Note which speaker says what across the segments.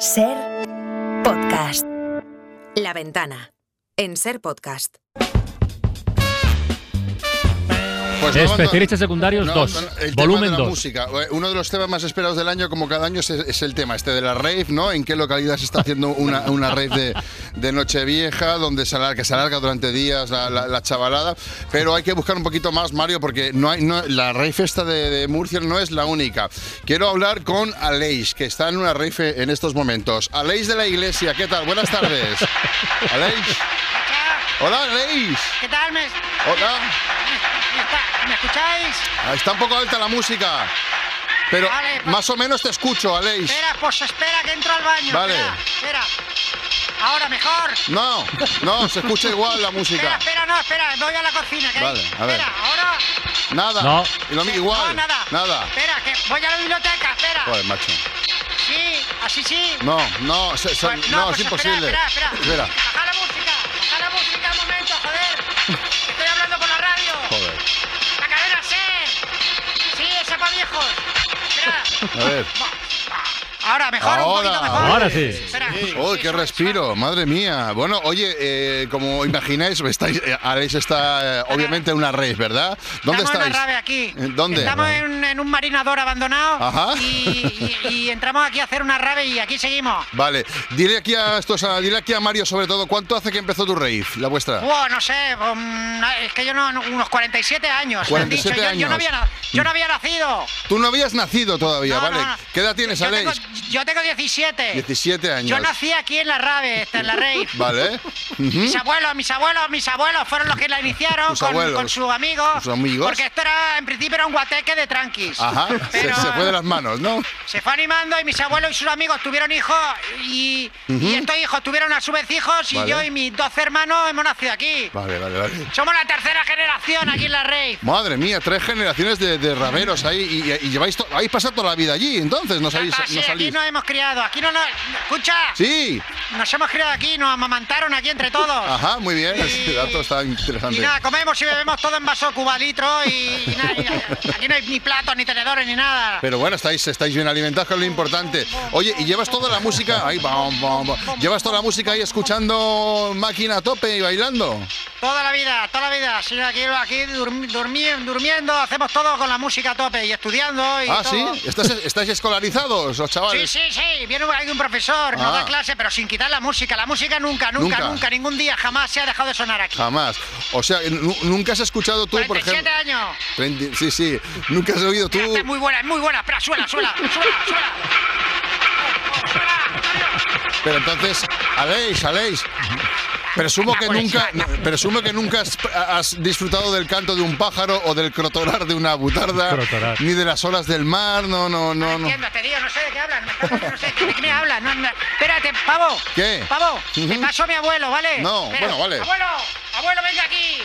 Speaker 1: Ser podcast. La ventana. En Ser podcast.
Speaker 2: Pues vamos a-
Speaker 3: Especialistas secundarios
Speaker 2: no,
Speaker 3: 2,
Speaker 2: no, el tema
Speaker 3: volumen
Speaker 2: de la
Speaker 3: 2.
Speaker 2: música. Eh, Uno de los temas más esperados del año, como cada año, es, es el tema este de la rave, ¿no? En qué localidad se está haciendo una, una rave de, de Nochevieja, donde se alarga, que se alarga durante días la, la- la chavalada. Pero hay que buscar un poquito más, Mario, porque no hay, no- la rave esta de, de Murcia no es la única. Quiero hablar con Aleix, que está en una rave en estos momentos. Aleix de la Iglesia, ¿qué tal? Buenas tardes. Aleix. Hola, Aleix.
Speaker 4: Ah, ¿Qué tal? ¿Me,
Speaker 2: Hola.
Speaker 4: me está- ¿me escucháis?
Speaker 2: Ah, Está un poco alta la música. Pero
Speaker 4: Vale, va-
Speaker 2: más o menos te escucho, Aleix.
Speaker 4: Espera, pues espera que entro al baño.
Speaker 2: Vale.
Speaker 4: Espera, espera. Ahora mejor.
Speaker 2: No, no, se escucha igual la
Speaker 4: Espera,
Speaker 2: música.
Speaker 4: espera, no, espera, voy a la cocina. ¿qué hay?
Speaker 2: Vale, a ver.
Speaker 4: Espera, ahora.
Speaker 2: Nada.
Speaker 3: No.
Speaker 2: Y lo mi- Igual.
Speaker 4: No, nada. Espera, que voy a la biblioteca, espera.
Speaker 2: Ah. Joder, macho.
Speaker 4: Sí, así sí.
Speaker 2: No, no, se- se-
Speaker 4: Pues
Speaker 2: no,
Speaker 4: pues
Speaker 2: es imposible.
Speaker 4: Espera, espera, espera.
Speaker 2: Espera.
Speaker 4: Baja la música, baja la música un momento, joder. Estoy hablando por la radio.
Speaker 2: Joder.
Speaker 4: La cadena C. Sí, esa para viejos. Espera.
Speaker 2: A ver.
Speaker 4: Ahora, mejor,
Speaker 2: Ahora,
Speaker 4: un poquito mejor.
Speaker 3: Ahora sí.
Speaker 4: Espera.
Speaker 2: ¡Uy, qué
Speaker 4: Eso,
Speaker 2: respiro! ¡Madre mía! Bueno, oye, eh, como imagináis, estáis, eh, Aleix está eh, obviamente en una rave, ¿verdad? ¿Dónde
Speaker 4: Estamos en
Speaker 2: estáis?
Speaker 4: una rave aquí.
Speaker 2: ¿En ¿Dónde? Ah.
Speaker 4: Estamos en, en un marinador abandonado
Speaker 2: Ajá.
Speaker 4: Y, y- y entramos aquí a hacer una rave y aquí seguimos.
Speaker 2: Vale, dile aquí a estos, a- dile aquí a Mario sobre todo, ¿cuánto hace que empezó tu rave, la vuestra?
Speaker 4: Buah, no sé, um, es que yo no, no- unos 47 años. me han
Speaker 2: 47
Speaker 4: dicho, yo- Yo,
Speaker 2: años.
Speaker 4: no había, na- yo no había nacido.
Speaker 2: Tú no habías nacido todavía,
Speaker 4: No,
Speaker 2: ¿vale?
Speaker 4: no, no.
Speaker 2: ¿Qué edad tienes,
Speaker 4: yo tengo,
Speaker 2: Alex?
Speaker 4: yo tengo 17.
Speaker 2: 17 años.
Speaker 4: Yo nací aquí en la rave, esta, en la rave.
Speaker 2: Vale. Ujú.
Speaker 4: Mis abuelos, mis abuelos, mis abuelos fueron los que la iniciaron
Speaker 2: ¿Mm? Tus
Speaker 4: con,
Speaker 2: abuelos.
Speaker 4: con sus amigos.
Speaker 2: Sus amigos.
Speaker 4: Porque esto era, en principio, era un guateque de tranquis.
Speaker 2: Ajá. Se,
Speaker 4: Pero-
Speaker 2: se fue de las manos, ¿no?
Speaker 4: Se fue animando y mis abuelos y sus amigos tuvieron hijos y, y estos hijos tuvieron a su vez hijos y
Speaker 2: Vale.
Speaker 4: yo y mis 12 hermanos hemos nacido aquí.
Speaker 2: Vale, vale, vale.
Speaker 4: Somos la tercera generación aquí en la Rey.
Speaker 2: Madre mía, tres generaciones de, de raveros ahí y, y lleváis to- habéis pasado toda la vida allí, entonces no sabéis, no
Speaker 4: aquí
Speaker 2: salís.
Speaker 4: nos hemos criado, aquí no nos... Escucha,
Speaker 2: Sí.
Speaker 4: nos hemos criado aquí, nos amamantaron aquí entre todos.
Speaker 2: Ajá, muy bien.
Speaker 4: Y-
Speaker 2: Este dato está
Speaker 4: Y
Speaker 2: interesante.
Speaker 4: nada, comemos y bebemos todo en vaso cubalitro y, y nada, y- aquí no hay ni platos, ni tenedores, ni nada.
Speaker 2: Pero bueno, estáis, estáis bien alimentados, que es lo importante. Oye, y llevas toda la música ahí, bom, bom, bom. llevas toda la música ahí escuchando máquina a tope y bailando.
Speaker 4: Toda la vida, toda la vida, sí, aquí, aquí durmi- durmi- durmiendo, hacemos todo con la música a tope y estudiando y
Speaker 2: Ah, sí.
Speaker 4: todo.
Speaker 2: ¿Estás, estáis escolarizados, los
Speaker 4: Sí,
Speaker 2: chavales.
Speaker 4: sí, sí, viene un, hay un profesor,
Speaker 2: Ah.
Speaker 4: nos da clase, pero sin quitar la música. La música nunca, nunca,
Speaker 2: Nunca.
Speaker 4: nunca, ningún día, jamás se ha dejado de sonar aquí.
Speaker 2: Jamás. O sea, nu- nunca has escuchado tú, por
Speaker 4: 47
Speaker 2: ejemplo.
Speaker 4: años.
Speaker 2: 30 sí, sí. Nunca has oído tú.
Speaker 4: Mira, esta es muy buena, es muy buena. Espera, suela, suela, suela, suela. Oh, oh, suela,
Speaker 2: Pero entonces, Aleix, Aleix. Presumo que nunca, presumo que nunca has, has disfrutado del canto de un pájaro o del crotorar de una butarda,
Speaker 3: Crotorar.
Speaker 2: ni de las olas del mar, no, no, no,
Speaker 4: No
Speaker 2: no.
Speaker 4: entiendo, este tío, no sé de qué hablan. me está- No sé de qué me hablan. no, no. Espérate, pavo.
Speaker 2: ¿Qué?
Speaker 4: Pavo, te
Speaker 2: Ujú.
Speaker 4: paso a mi abuelo, ¿vale?
Speaker 2: No, bueno, vale.
Speaker 4: Abuelo, abuelo, venga aquí.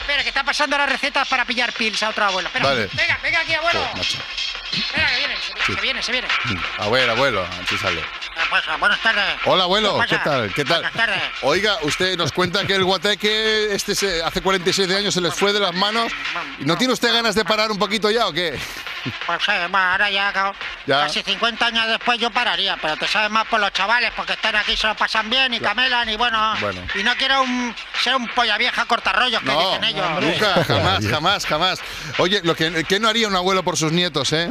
Speaker 4: Espera, que está pasando las recetas para pillar pills a otro abuelo. Espera,
Speaker 2: Vale.
Speaker 4: Venga, venga aquí, abuelo.
Speaker 2: Joder, macho. mm,
Speaker 4: Espera, que viene, se, se viene, se viene.
Speaker 2: Abuelo, abuelo, así sale.
Speaker 4: Ah, pues, ah, buenas tardes.
Speaker 2: Hola abuelo,
Speaker 4: pasa?
Speaker 2: ¿qué tal? ¿Qué tal?
Speaker 4: Buenas tardes.
Speaker 2: Oiga, usted nos cuenta que el guateque este se- hace 47 años se les fue de las manos. ¿No tiene usted ganas de parar un poquito ya o qué?
Speaker 4: Pues eh, bueno, ahora ya, ca-
Speaker 2: Ya.
Speaker 4: casi 50 años después yo pararía, pero te sabes más por los chavales, porque están aquí, se lo pasan bien y camelan y bueno,
Speaker 2: Bueno.
Speaker 4: y no quiero un, ser un polla vieja cortarrollos que
Speaker 2: No,
Speaker 4: dicen ellos.
Speaker 2: nunca, jamás, jamás, jamás. Oye, lo que ¿qué no haría un abuelo por sus nietos, eh?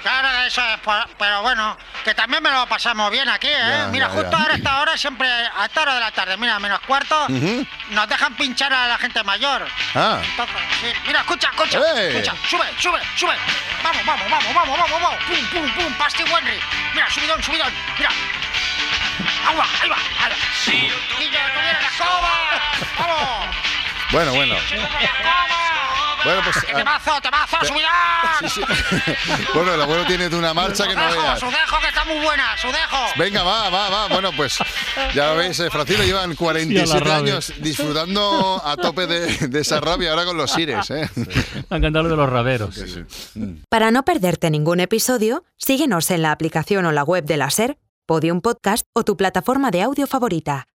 Speaker 4: Claro, eso es, po- pero bueno, que también me lo pasamos bien aquí, ¿eh?
Speaker 2: Ya,
Speaker 4: mira,
Speaker 2: ya,
Speaker 4: justo
Speaker 2: ya.
Speaker 4: ahora a esta hora, siempre a esta hora de la tarde, mira, menos cuarto, nos dejan pinchar a la gente mayor.
Speaker 2: Ah.
Speaker 4: Entonces, sí, Mira, escucha, escucha,
Speaker 2: ¡Eh!
Speaker 4: escucha, sube, sube, sube. Vamos, vamos, vamos, vamos, vamos, vamos. Pum, pum, pum, Pasti Wenry. Mira, subidón, subidón. Mira. Agua, ahí va. ahí va. Si yo tuviera la escoba. Vamos.
Speaker 2: Bueno, bueno.
Speaker 4: Si yo tuviera la escoba.
Speaker 2: Bueno, pues,
Speaker 4: Que
Speaker 2: ah,
Speaker 4: Eh, Temazo, temazo, subidón.
Speaker 2: Sí, sí. bueno, el abuelo tiene de una marcha que no
Speaker 4: Sudejo,
Speaker 2: veas.
Speaker 4: sudejo, que está muy buena, sudejo.
Speaker 2: Venga, va, va, va. Bueno, pues ya lo veis, eh, Francino llevan
Speaker 3: Hostia,
Speaker 2: 47
Speaker 3: la rabia.
Speaker 2: años disfrutando a tope de, de esa rabia ahora con los sires. ¿eh?
Speaker 3: Me ha encantado lo de los raveros.
Speaker 1: Para no perderte ningún episodio, síguenos en la aplicación o la web de la Ser, Podium Podcast o tu plataforma de audio favorita.